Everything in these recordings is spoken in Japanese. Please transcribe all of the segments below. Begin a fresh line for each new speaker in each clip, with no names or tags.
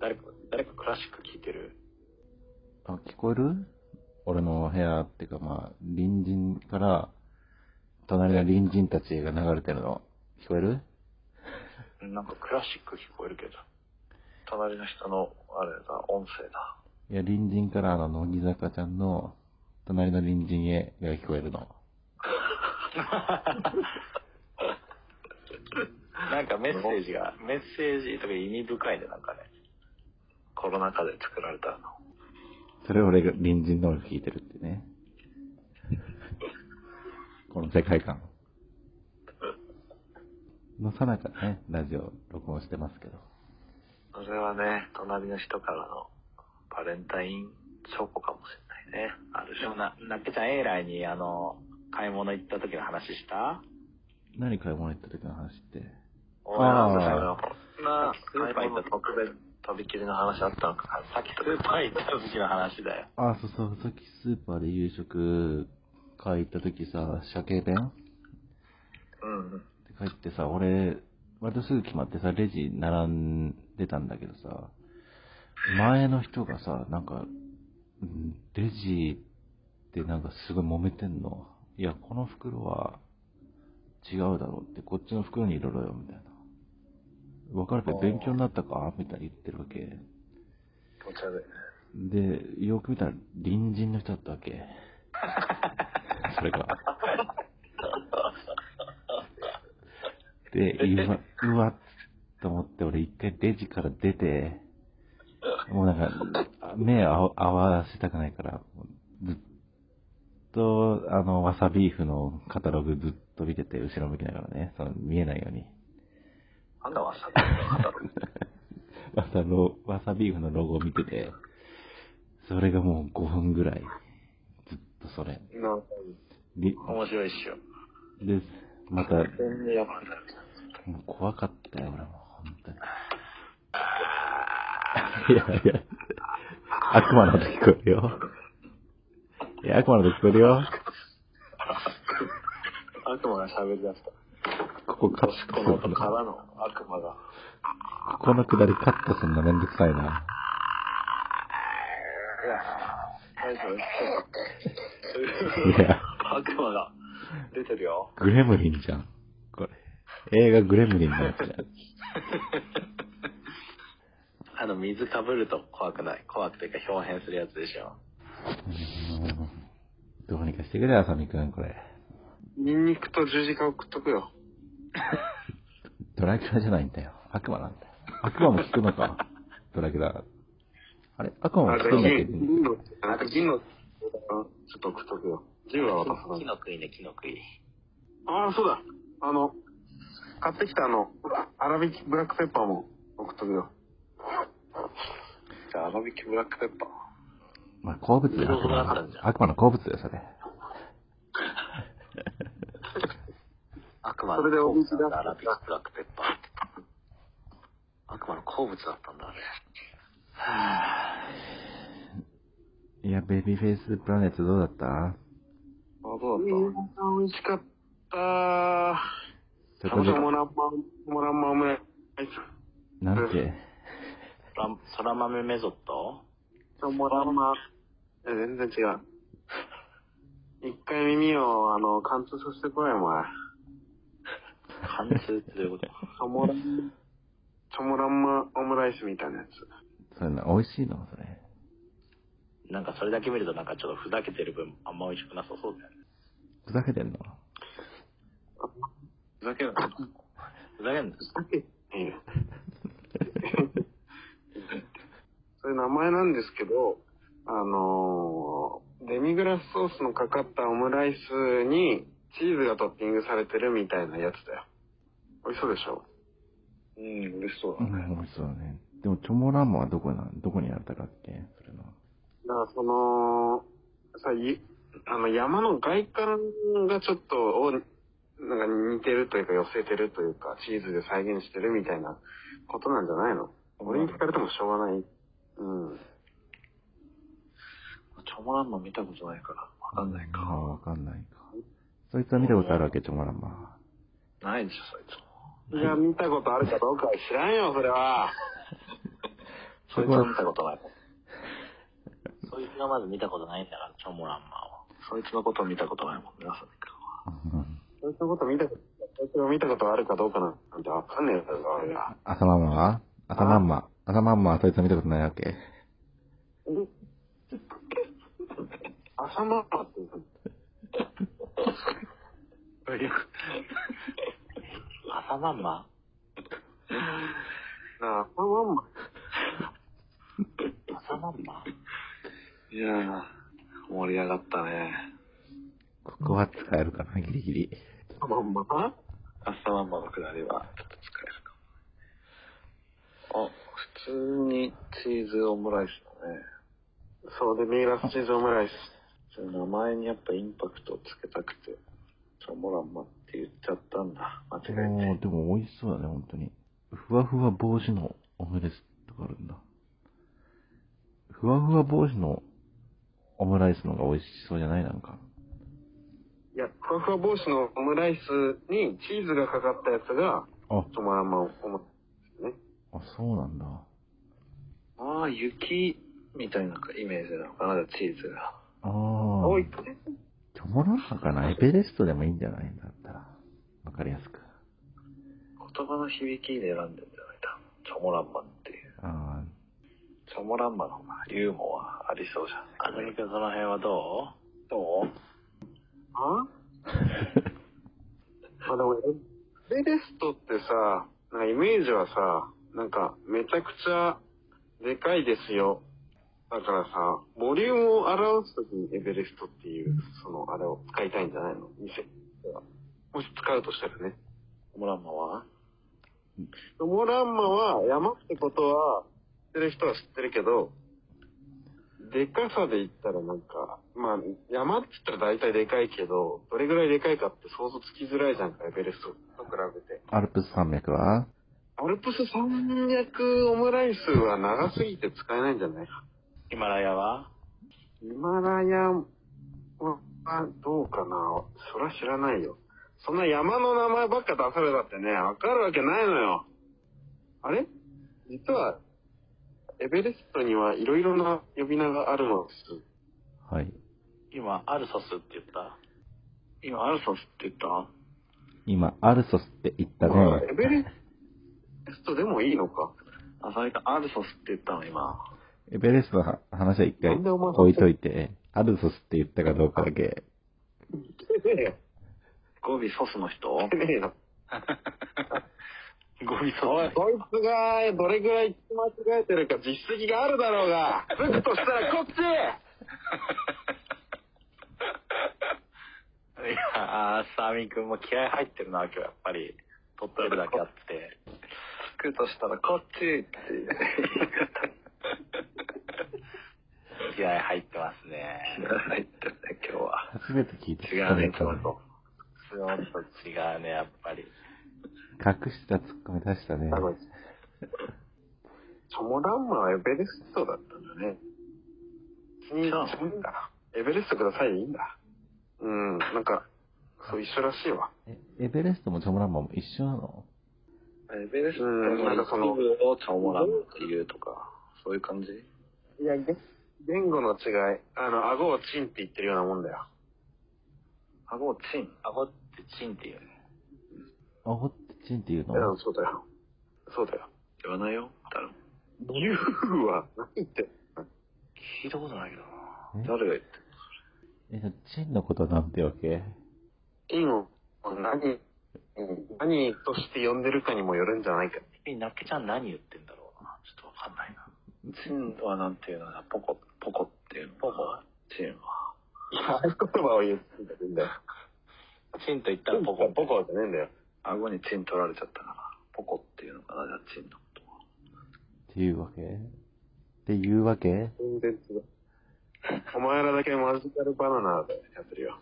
誰か、誰かクラシック聴いてる
あ、聞こえる俺の部屋っていうかまあ、隣人から、隣の隣人たちが流れてるの。聞こえる
なんかクラシック聞こえるけど。隣の人の、あれだ、音声だ。
いや、隣人からあの、乃木坂ちゃんの、隣の隣人へが聞こえるの。
なんかメッセージが、 メッセージとか意味深いね、なんかね。コロナ禍で作られたの。
それを俺が隣人の俺が聞いてるってね。この世界観。のさなかね、ラジオ録音してますけど。
それはね、隣の人からのバレンタインチョコかもしれないね。あるでしょ。な、なっけちゃん、永来に、あの、買い物行った時の話した
何買い物行った時の話って。
おい、
あ
な
ー
んだそれのなスーパー行った特別、飛び切りの話あったのか。さっきスーパー行った時の話だよ。
あ、そうそう、さっきスーパーで夕食買い行った時さ、鮭弁
うんうん。
って帰ってさ、俺、割とすぐ決まってさ、レジ並んでたんだけどさ、前の人がさ、なんか、うんレジってなんかすごい揉めてんの。いや、この袋は違うだろうって、こっちの袋に入れろよ、みたいな。分かるか
あー
勉強になったかみたいな言ってるわけ。
お茶で。
で、よく見たら隣人の人だったわけ。それが。で、うわ、うわっと思って、俺一回レジから出て、もうなんか、目を合わせたくないから、ずっと、あの、わさビーフのカタログずっと見てて、後ろ向きながらね、その見えないように。
なんだわさびの方だろう。
わさロ、わさビーフのロゴを見てて、それがもう5分ぐらい、ずっとそれ。で、
面白いっしょ。
でまた、もう
全然やばいんだよ。
怖かったよ、俺も、本当に。いやいや、悪魔の音聞こえるよ。いや、悪魔の音聞こえるよ。
悪魔が喋り出した。
ここカットす
こ
る
の
の。
音からの悪魔が。
ここのくだりカットするのめんどくさいな。
いや大丈
い
夫
や、
悪魔が出てるよ。
グレムリンじゃん。これ。映画グレムリンのやつじゃん。
あの、水かぶると怖くない。怖くてか、表変するやつでしょ。
うんどうにかしてくれよ、あさみくん、これ。
ニンニクと十字架を食っとくよ。
ドラキュラじゃないんだよ。悪魔なんだよ。悪魔も聞く のか。ドラキュラ。あれ悪魔も
あ、
聞
じゃ
く
あ
んだけど。
銀の、あ銀の、ちょっと食っとくよ。銀は渡さな
木
い。
の食いね、木の食い。
ああ、そうだ。あの、買ってきたあの、粗挽きブラックペッパーも送っとくよ。
じゃあ、粗挽きブラックペッパー。
まあ、好物だよ。悪
そ
魔
うだったんじゃ
の悪魔の好物だよ、それ。
悪魔
それで
の好
お
物
水
な
が
んだ、粗挽きブラックペッパーって。悪魔の好物だったんだ、あれ。
いや、ベビーフェイスプラネットどうだった
あ、ど
う
うだっ
ん、美味しかった。
そ
も
こ
し
で、
もらんま、もらん まオムライス。
なんて、
た空空豆メゾット
もらんま、え、全然違う。一回耳を、あの、貫通させてこい、お前。
貫通ってどういうこと
チョモラン、チョモランマオムライスみたいなやつ。
それな、美味しいのそれ。
なんかそれだけ見るとなんかちょっとふざけてる分あんま美味しくなさそうだよね。
ふざけてんの
ふざけるのふざけんの
いいね。それ名前なんですけど、あのーデミグラスソースのかかったオムライスにチーズがトッピングされてるみたいなやつだよ。美味しそうでしょ
うん、嬉しそう
う。ん、美味しそうだね。でも、チョモランマはどこな、どこにあったかっけそれの。
だからその、さ、ゆあの山の外観がちょっとを、なんか似てるというか寄せてるというか、チーズで再現してるみたいなことなんじゃないの俺に聞かれてもしょうがない。うん。
チョモランマ見たことないから、わかんない
あ
か。
わかんないか。そいつは見たことあるわけ、チョモランマ。
ないでしょ、そいつも。
いや、見たことあるかどうかは知らんよ、それは。
そ
そ
いつ
こは
は見たことない。 そいつがまず見たことないんだから、チョモランマンは。そいつのことを見たことないもんね、朝日君は。
そういったこと見たこと、そういったこと見たことあるかどうかなんてわかんねえんだぞ、俺は。
朝まんまは朝まんま。朝まんまはそいつは見たことないわけ。
朝マッパって言うの
朝マンマ
なあ、朝マンマ。
朝マンマ
いやー、
盛り上がったね。
ここは使えるかな、ギリギリ。
朝マンマ
朝マンマのくだりは、ちょっと使えるかも。あ、普通にチーズオムライスだね。
そうで、ミーラスチーズオムライス。
それ名前にやっぱインパクトをつけたくて、チョモランマって言っちゃったんだ。間違
お
え
ー、
て。
でも美味しそうだね、本当に。ふわふわ帽子のオムレツとかあるんだ。ふわふわ帽子のオムライスの方が美味しそうじゃないなんか。
いや、ふわふわ帽子のオムライスにチーズがかかったやつが、
あ、
トマランマを思っね。
あ、そうなんだ。
ああ、雪みたいなイメージなのかな、チーズが。
あ
お
ー
い。、
トモロンマかなエベレストでもいいんじゃないだったら。わかりやすく。
言葉の響きで選んでんじゃないか。チョモランマっていう。
あ
チョモランマの方がユーモアありそうじゃん。あずみくんその辺はどうどう
あ まあでも、エベレストってさ、なんかイメージはさ、なんかめちゃくちゃでかいですよ。だからさ、ボリュームを表すときにエベレストっていう、そのあれを使いたいんじゃないの店では。もし使うとしたらね。
チョモランマは
モランマは山ってことは知ってる人は知ってるけど、でかさで言ったらなんか、まあ山って言ったら大体でかいけど、どれぐらいでかいかって想像つきづらいじゃんか、エベレストと比べて。
ーアルプス山脈は
アルプス山脈オムライスは長すぎて使えないんじゃない
ヒマラヤは
ヒマラヤはどうかなそら知らないよ。そんな山の名前ばっか出されたってね、わかるわけないのよ。あれ実は、エベレストにはいろいろな呼び名があるのです。
はい。
今、アルソスって言った今、アルソスって言った
今、アルソスって言ったね。
エベレストでもいいのか
あさみくん、アルソスって言ったの、今。
エベレストの話は一回
なんでお前
置いといて、アルソスって言ったかどうかだけ。
ねえよ。
語尾ソスの 人語尾
ねえよ。
ソ
おい、
ス。
こいつがどれぐらい間違えてるか実績があるだろうが、つくとしたらこっち
いやあさみくんも気合入ってるな、今日やっぱり。取ってるだけあって。つくとしたらこっちっていう気合入ってますね。気合入ってるね、今日は。
初めて聞いた。
違うね、今日と。ちょっと違うね、やっぱり。
隠したツッコミ出したね。
あのチョモランマはエベレストだったんだね。君、
そう
そうんだ。エベレストくださいでいいんだ。うん、なんか、そう一緒らしいわ。
えエベレストもチョモランマも一緒なの
エベレストの一部をチョモランっていうとか、そういう感じ
いや、言語の違い。あの、顎をチンって言ってるようなもんだよ。
顎をチン。顎ってチンって言うね。
あほってちんって言う
いや
の、
そうだよ。そうだよ。
言わないよ、誰も。
言うは、何言ってんの
聞いたことないけど
え
な。誰が言って
え、じゃあチンのことはなんてわけ
チンを何、何として呼んでるかにもよるんじゃないか。
え、なっけちゃん何言ってんだろうな。ちょっとわかんないな。チンはなんていうのかな、ポコ、ポコっていうのポコチンは。
いや、合言葉を言ってんだよみんな。
チンと言った
ポ
らポ
コ、
コ。
ポコじゃねえんだよ。
顎にチン取られちゃったから、ポコっていうのかな、じゃあチンのことは。
っていうわけっていうわけ
全然違う。お前らだけマジカルバナナでやってるよ。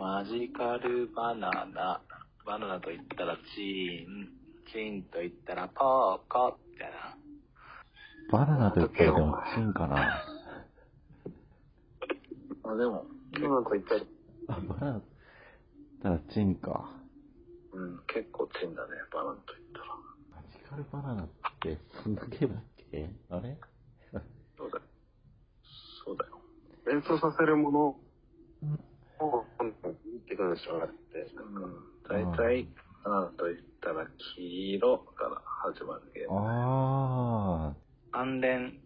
マジカルバナナ。バナナと言ったらチン。チンと言ったらポコみたいな。
バナナと言ったらでもチンかな。
あ、でも、
今と言ったら、
あ、バナナ、たらチンか。
うん、結構チンだね、バナナと言ったら。
マジカルバナナって、そんなゲームだっけえあれ
そうだよ。そうだよ。
連想させるものを、うん、持ってくるんでしょ、あれって。
うん。大体、なんと言ったら、黄色から始まるゲーム。
ああ、
関連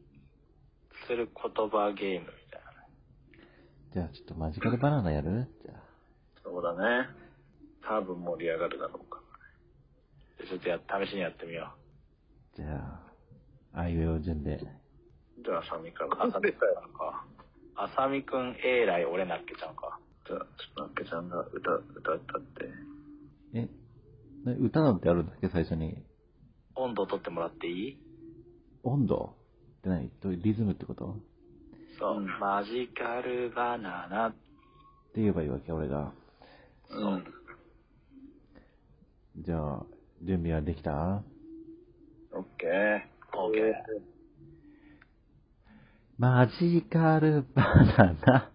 する言葉ゲームみたいなね。
じゃあちょっとマジカルバナナやるじゃあ。
そうだね。多分盛り上がるだろうからね。でちょっとや、試しにやってみよ
じゃあ、あいうえお順で。
う。じゃあ、あさみから。あさみからか。あさみくん、えらい、俺なっけちゃんか。じゃあ、ちょっとなっけちゃんが歌、歌ったって。
え、な歌なんてあるんだっけ最初に。
温度取ってもらっていい
温度って何どういうリズムってこと
そう、マジカルバナナ。
って言えばいいわけ、俺が。
うん。
じゃあ、準備はできた
オッケー。オッケー。
マジカルバナナ。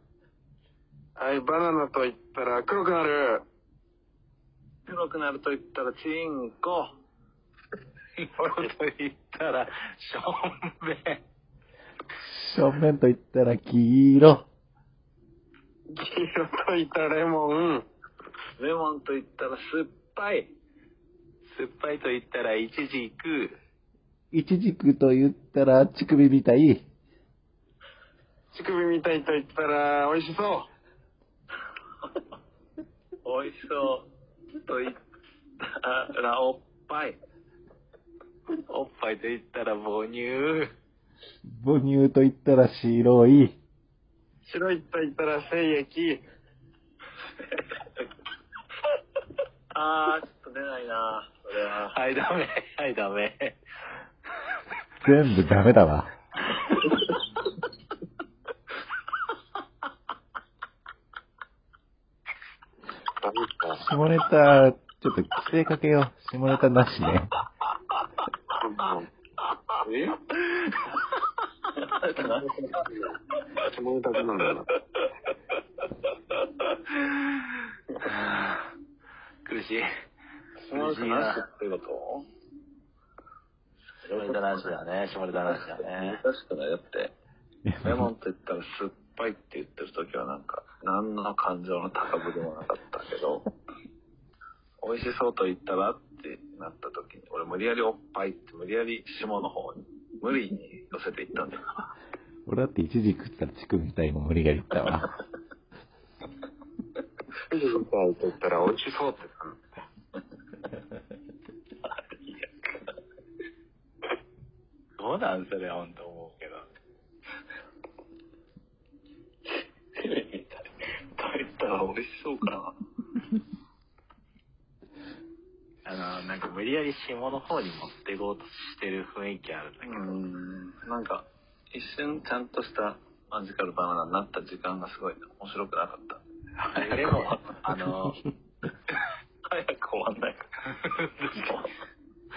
はい、バナナと言ったら黒くなる。
黒くなると言ったらチンコ。色と言ったらしょんべん。
正面と言ったら黄色。
黄色と言ったらレモン。
レモンと言ったら酸っぱい。酸っぱいと言ったらイチジク。
イチジクと言ったら乳首みたい。
乳首みたいと言ったら美味しそ
美味しそうと言ったらおっぱい。おっぱいと言ったら母乳。
母乳と言ったら白い。
う。白いと言ったら精液。
あー、ちょっと出ないなそれは。はい、ダメ。はい、ダ メ。
全部ダメだわ。
ダメか。
下ネタ、ちょっと規制かけよう。下ネタなしね。
え下ネタなんだな。
苦しい。苦
下ネ
し
タ
い
なし
な。
ってこと
下ネタなしだね。下ネタなしだ ね。
確かに、だって、レモンって言ったら酸っぱいって言ってる時はなんか、何の感情の高ぶりもなかったけど、 美味しそうと言ったらってなった時に、俺無理やりおっぱいって無理やり下の方に、無理に寄せていったんだよな。
俺だって一時食ったら乳首みたいも無理やり言ったわ。
美味しそうと言ったら美味しそうって
どうなんそれ、ほんと思 うけど。テレビみたい。食べたら美味しそうかな。あの、なんか無理やり下の方に持っていこうとしてる雰囲気あるんだけど。
うん、なんか、一瞬ちゃんとしたマジカルバナナになった時間がすごい面白くなかった。
でも、あの、
早く終わんないか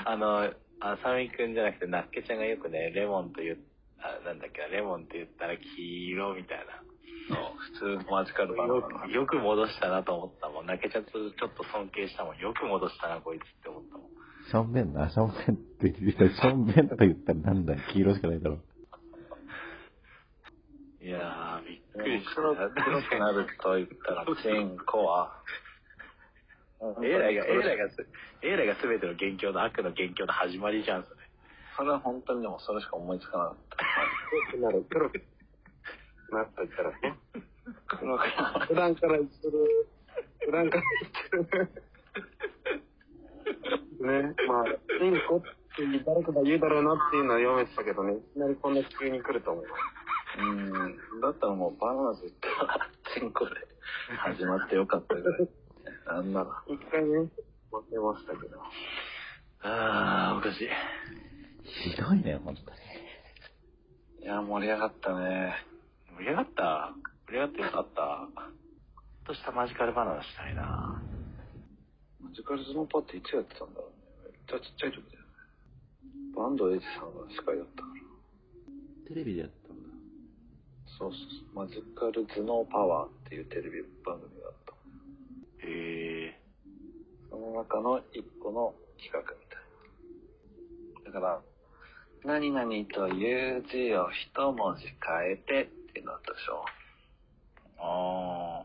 あの、あさみくんじゃなくて、なっけちゃんがよくね、レモンと言っあ、なんだっけな、レモンって言ったら黄色みたいな。
普通のマジカルバナナ
よ
の
くよく戻したなと思ったもん。泣けちゃってちょっと尊敬したもん。よく戻したな、こいつって思ったもん。
ションベンな、ションベンって言ったら、ションベンと言ったらなんだよ黄色しかないだろ。
いやー、びっくりした。
黒黒 くなると言ったら、チンコは。
エーライが、エーライがす、エーライが全ての元凶の悪の元凶の始まりじゃん、それ。
それは本当にでもそれしか思いつかなかった。黒くなる、黒くなったったらね。黒くなる。普段から言ってる。普段から言ってる。ね、まあ、チンコって誰かが言うだろうなっていうのは読めてたけどね、いきなりこんな急に来ると思う。うん、だったらもうバナナズったら、チンコで始まってよかったぐらい。なんなら。一回ね、負けましたけど。
あー、おかしい。
ひどいね、本当に。
いや、盛り上がったね。
盛り上がった。盛り上がってよかった。ちょっとしたマジカルバナナしたいな
マジカルスノーパーっていつやってたんだろうね。めっちゃちっちゃい時だよね。バンドエイジさんが司会だったから。
テレビでやったんだ。
そうそうそう。マジカル頭脳パワーっていうテレビ番組があった。
え
その中の一個の企画みたいな。だから、
何々という字を一文字変えてっていうのだったでしょ。あ
あ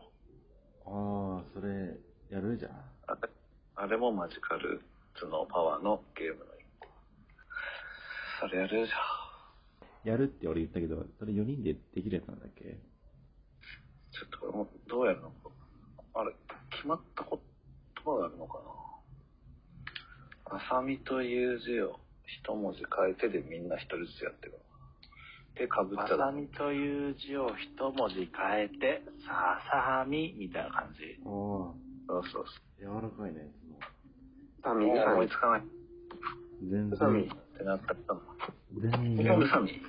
あ、それ、やるじゃん。
あれ。あれもマジカル頭脳パワーのゲームの一個。それやるじゃん。
やるって俺言ったけど、それ4人でできるやつなんだっけ
ちょっとこれもどうやるのか。あれ、決まった言葉があるのかな。あさみという字を一文字変えてでみんな一人ずつやってるの。で、かぶっちゃ
ささ
ダメ
みという字を一文字変えて、ささみみたいな感じ。
ああ、
そうそう
柔らかいね。そ
そう。
の
さみ
もう
さ
思い
み
つ。かないっ
全
さみ
然、
てなったの。
全
今
然
宇佐美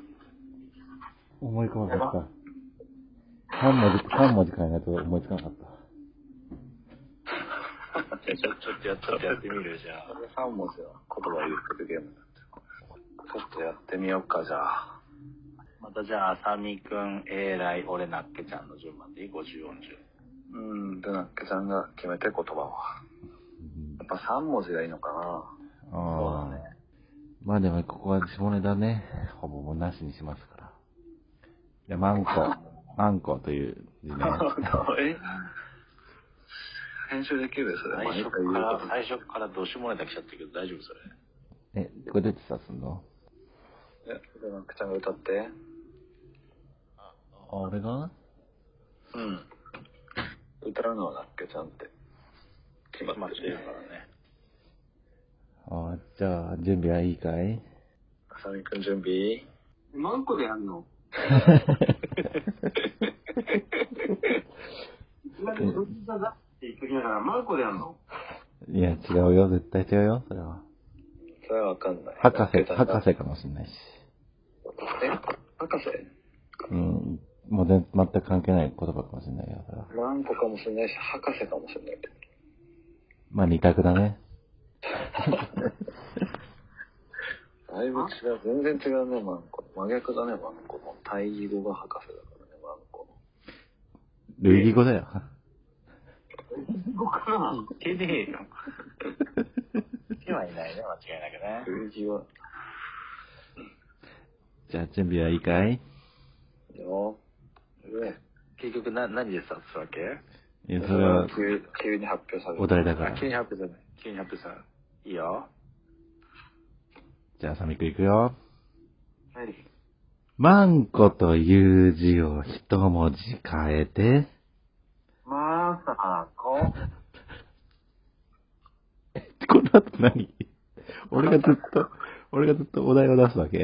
思い浮かばなかった。3文字、三文字変えないと思いつかなかった。
ちょちょっとやっちょっとやってみるじゃあ。3文字の言葉を言ってるゲームになってるちょっとやってみようか、じゃあ。
またじゃあ、あさみくん、えらい、俺、なっけちゃんの順番でいい ?50、40。
うん、で、なっけちゃんが決めて言葉を。
うん
やっぱ3文字がいいのかな。
ああ、まあでも、ここは下ネタね、ほぼもうなしにしますから。じゃあ、マンコ、マンコという 字ね。
え編集できるそれ。毎
最初か
回言う
ら
こ、
最初からどうしようもないだけ来ちゃったけど、大丈夫それ。
え、これどうやってさすんの
とえで、なっけちゃんが歌って。
あ、俺が
うん。歌うのはなっけちゃんって。決ま
決まっ
っててる
るからね。
あじゃあ、準備はいいか い
あさみくん準備
マンコでやんの今でどっちだだって言っときながら、マンコでやんの
いや、違うよ、絶対違うよ、それは。
それはわかんない。
博士、
なっけちゃんが
博。士かもしんないし。
え博士
うん、もう全全く関係ない言葉かもしんないよ、それは。
何個かもしれないし、博士かもしれないけど。
まあ、二択だね。
だいぶ違う。全然違うね、マンコ。真逆だね、マンコの。対義語が博士だからね、マンコの。
類義語 だよ。
ここかな
けねえよ。手はいないね、間違いなくね。
類義は、
じゃあ、準備はいいかい
よ。ね、
結局な、何でさすわけ
いや、それは、
急急に発表される。
お題だか
あ、
ら。
急に発表じゃない。急に発表さん。いいよ。
じゃあ、サミックいくよ。
はい。
マンコという字を一文字変えて、
まさこ。
この後何俺がずっと、俺がずっとお題を出すわけ
い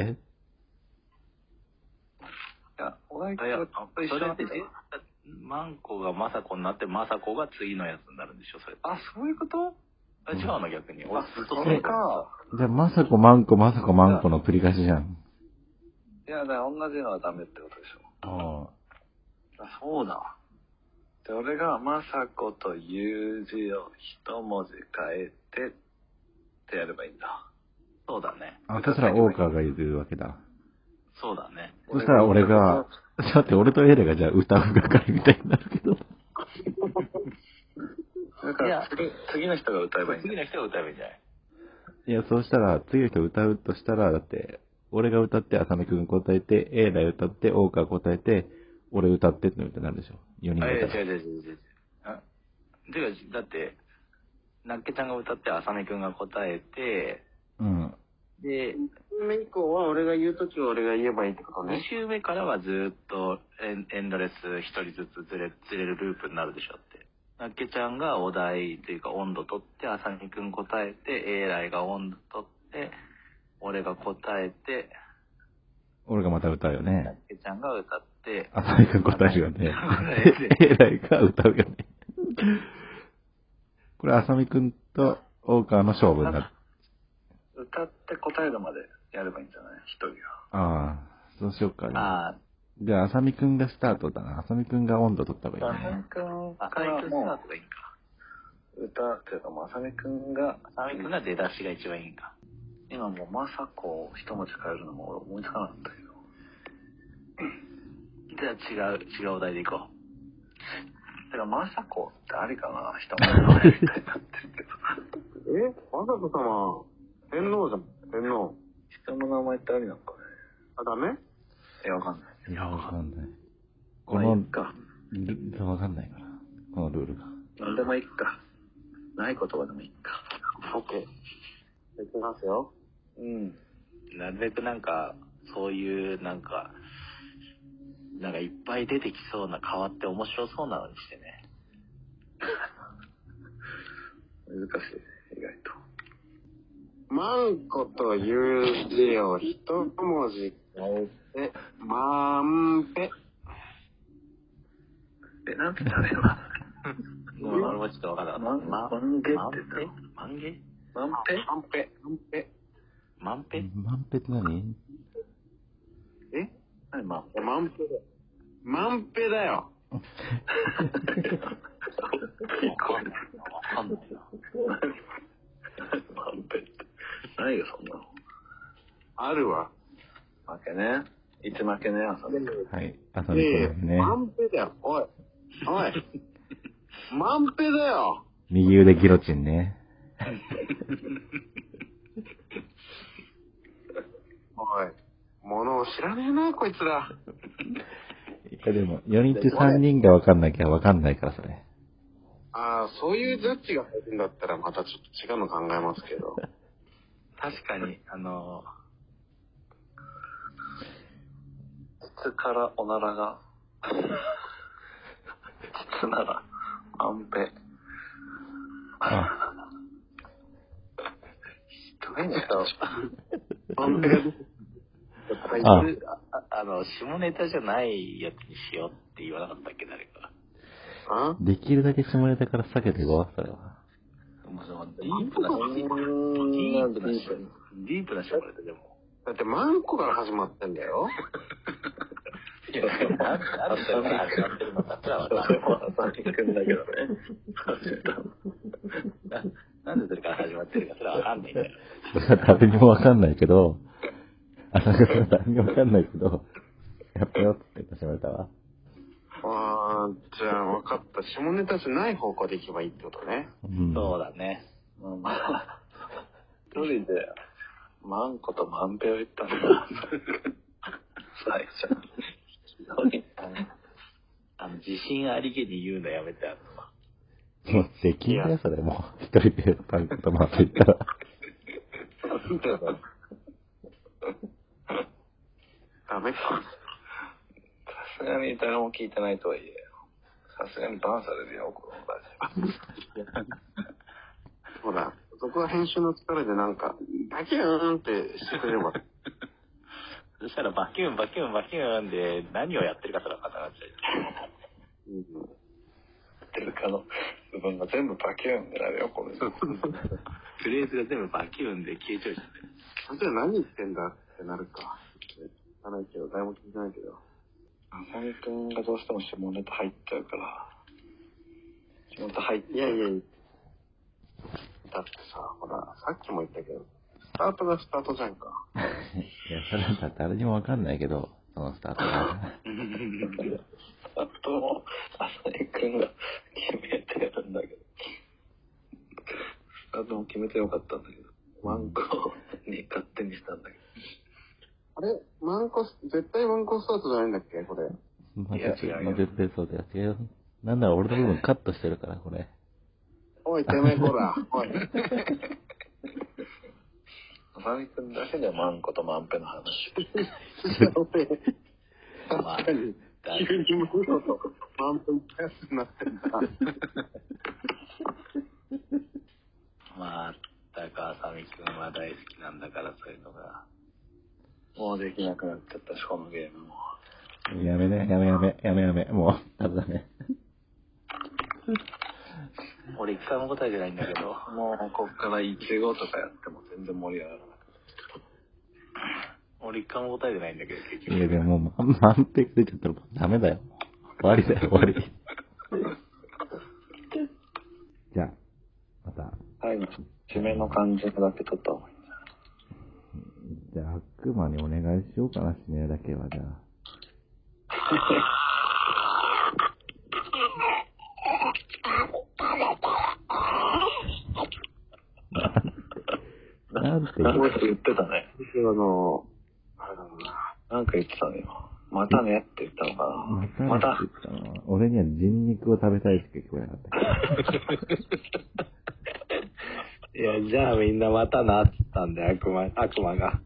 や、お題
い
と
や、
一
そ
緒
れ
だっ
って
た
え
よ、
マンコがマサコになって、マサコが次のやつになるんでしょ、それ。
あ、そういうこと
あ違うの、逆に。俺、ずっと
そ
それ
れ
か。
か。
じゃあ、まさこマンコ、まさこマンコの繰り返しじゃん。
いや、だから同じのはダメってことでし
ああ。
ょ。あ、そうだ。で、俺が、まさこという字を一文字変えて、ってやればいいんだ。
そうだね。
あ、そしたら、オーカーが言うわけだ。
そうだね。
そしたら俺が、だって俺とエレがじゃあ歌う係みたいになるけど。
だから次、次の人が歌えばいいんだ
次。の人が歌えばいいんじゃない
いや、そうしたら、次の人歌うとしたら、だって、俺が歌って、浅見くん答えて、エレ歌って、オーカー答えて、俺歌ってってのってなるでしょ。4人
あ、い
で
や、
歌って。
違う違う違う違う。あていうか、だって、なっけちゃんが歌って、あさみくんが答えて、
うん。
で、
目以降は俺が言うときは俺が言えばいいってこと
2
ね。
週目からはずーっとエンエンドレス1人ずつずれずれるループになるでしょって。なっけちゃんがお題というか温度取って、あさみくん答えて、えーらいが温度取って、俺が答えて、
俺がまた歌うよ
なっ
ね。
けちゃんが歌って、
浅見くん答えるよ ね
浅見くん。答
エレが歌うよね。これ、浅見くんと、オーカーの勝負になる。
歌って答えるまでやればいいんじゃない一人
ああ、そうしようかね。
あ
じゃあ、浅見くんがスタートだな。浅見くんが温度取った方
が。
がいい
まさ
ね
み。くん
ーあ、
か
あさみ
ら
くんスタ
も
ートがいいか。
う歌っていうか、まさみくんが、
あさみくんが出だしが一番いいんか。
今もうまさこを一文字変えるのも俺思いつかなかったけど。
じゃあ違う、違うお題でいこう。
だからまさこってありか な一文字変えるみたいになってるけど。
えまさこ様、天皇じゃん、天皇。
人の名前ってありなんかね。
あ、ダメ
いや、わかんない。
いや、わかんない。
ま
こ
あ、
の
いっか。
ル、わかんないから。このルールが。
なんでもいいか。ない言葉でもいいか。
オッケー。いきますよ。
うん。
なるべくなんか、そういう、なんか、なんかいっぱい出てきそうな変わって面白そうなのにしてね。
難しいね、意外と。
マンコという字を一文字変えて、マンペ。
え、なんつったらいいのか
もう俺もちょっとわからなかった。
まマンゲって
マンペ
言っ
マ
たのマンペ
ンゲ
マンペ。マ
マン
ンペ。
ペ
マンペって何
え
何マン
いやマンペだよ。マンペだよ。
わかんない。わかんないな。
ペマンペって。ないよ、そんなの。
あるわ。
負けね。いつ負けね、朝で。
はい。あと
いやいや
ですね。
マンペだよ。おい。おい。 マンペだよ。
右腕ギロチンね。
おい。物を知らねえな、こいつら。
いや、でも、4人中3人がわかんなきゃわかんないから、それ。
ああ、そういうジャッジが入るんだったらまたちょっと違うの考えますけ ど。
確かに、あの、
筒からおならが。筒なら、マンペ。
あ、
どういうんだよ。
マンペが出てくるタイトル
ああの、下ネタじゃないやつにしようって言わなかったっけ、誰か。
あ
できるだけ下ネタから避けていこう、それは。
もうそのディープな、ディープな、ディープな下ネタでも。
だってマンコから始まってんだよ。
いや、なんでなんでそれ が始まってるのかすらわかん
それ
ない
も朝日くんだけどね。
ななんでそれから始まってるかすらわかんないんだよ。
それは誰にもわかんないけど、あ、なんかそれは誰にもわかんないけど、やったよって言って下ネタは。
ああ、じゃあ分かった。下ネタじゃない方向で行けばいいってことね。
うん。
そうだね。
まあまあ、一人で、マンコとマンペを言ったんだ。最初。ひどい
あの、自信ありげに言うのやめて、あの
もう、できんだよ、それ。もう、一人でパンこと回っていったら。
ダメか。
さすがに誰も聞いてないとはいえ、さすがにバンされるよ、このラジ
ほら、そこは編集の疲れでなんか、バキューンってしてくれれば。
そしたらバキューン、バキューン、バキューンで何をやってるかすらわかんなくなっちゃう。
うん
オ。ってるかの部分が全部バキューンでなるよ、これ。
フレーズが全部バキューンで消えちゃうじゃん。
あんたら何言ってんだってなるか。聞かないけど、誰も聞いてないけど。
浅見くんがどうしても下ネタ入っちゃうから。下ネタ入っ
いやいやいや。だってさ、ほら、さっきも言ったけど、スタートがスタートじゃんか。
いや、それはさ、誰にもわかんないけど、そのスタートが。
あと、浅井くんが決めてるんだけど。あとも決めてよかったんだけど。マンコに勝手にしたんだけ
あれマンコス、絶対マンコスタートじゃないんだっけこれ。
ま
いや
た
いやいや
違う。まあ絶対そうだよ。違う。なんなら俺の部分カットしてるから、これ。
おい、てめえこら。おい。
ど。浅見くんだけでマンコとマンペの話。
まあ、
急にマンコとマンコ一回しになってんだ。
まあ、高浅見くんは大好きなんだから、そういうのが。
もうできなくなっちゃったし、このゲームも。
やめね、やめやめ、やめやめ。もう、ダメだね。
俺一回も答えてないんだけど。
もうこっから1号とかやっても全然盛り上がらなく
俺一回も答えてないんだけど、結
いや、
局。
でも、もう、ま満点出ちゃったらダメだよ。終わりだよ、終わ り。じゃあ、また。
て。はい。締めの感じだけ取った方がいいんじゃない
じゃあ、悪魔にお願いしようかな、指名だけは、 じゃあ。なんて
なんか 言ってたね。
あの、あれだもんな。
なんか言ってたね、今。またねって言ったのか
また
な。また
って、言ったな俺には人肉を食べたいしか聞こえなかったけど。
いや、じゃあみんなまたなって言ったんで、悪魔、悪魔が。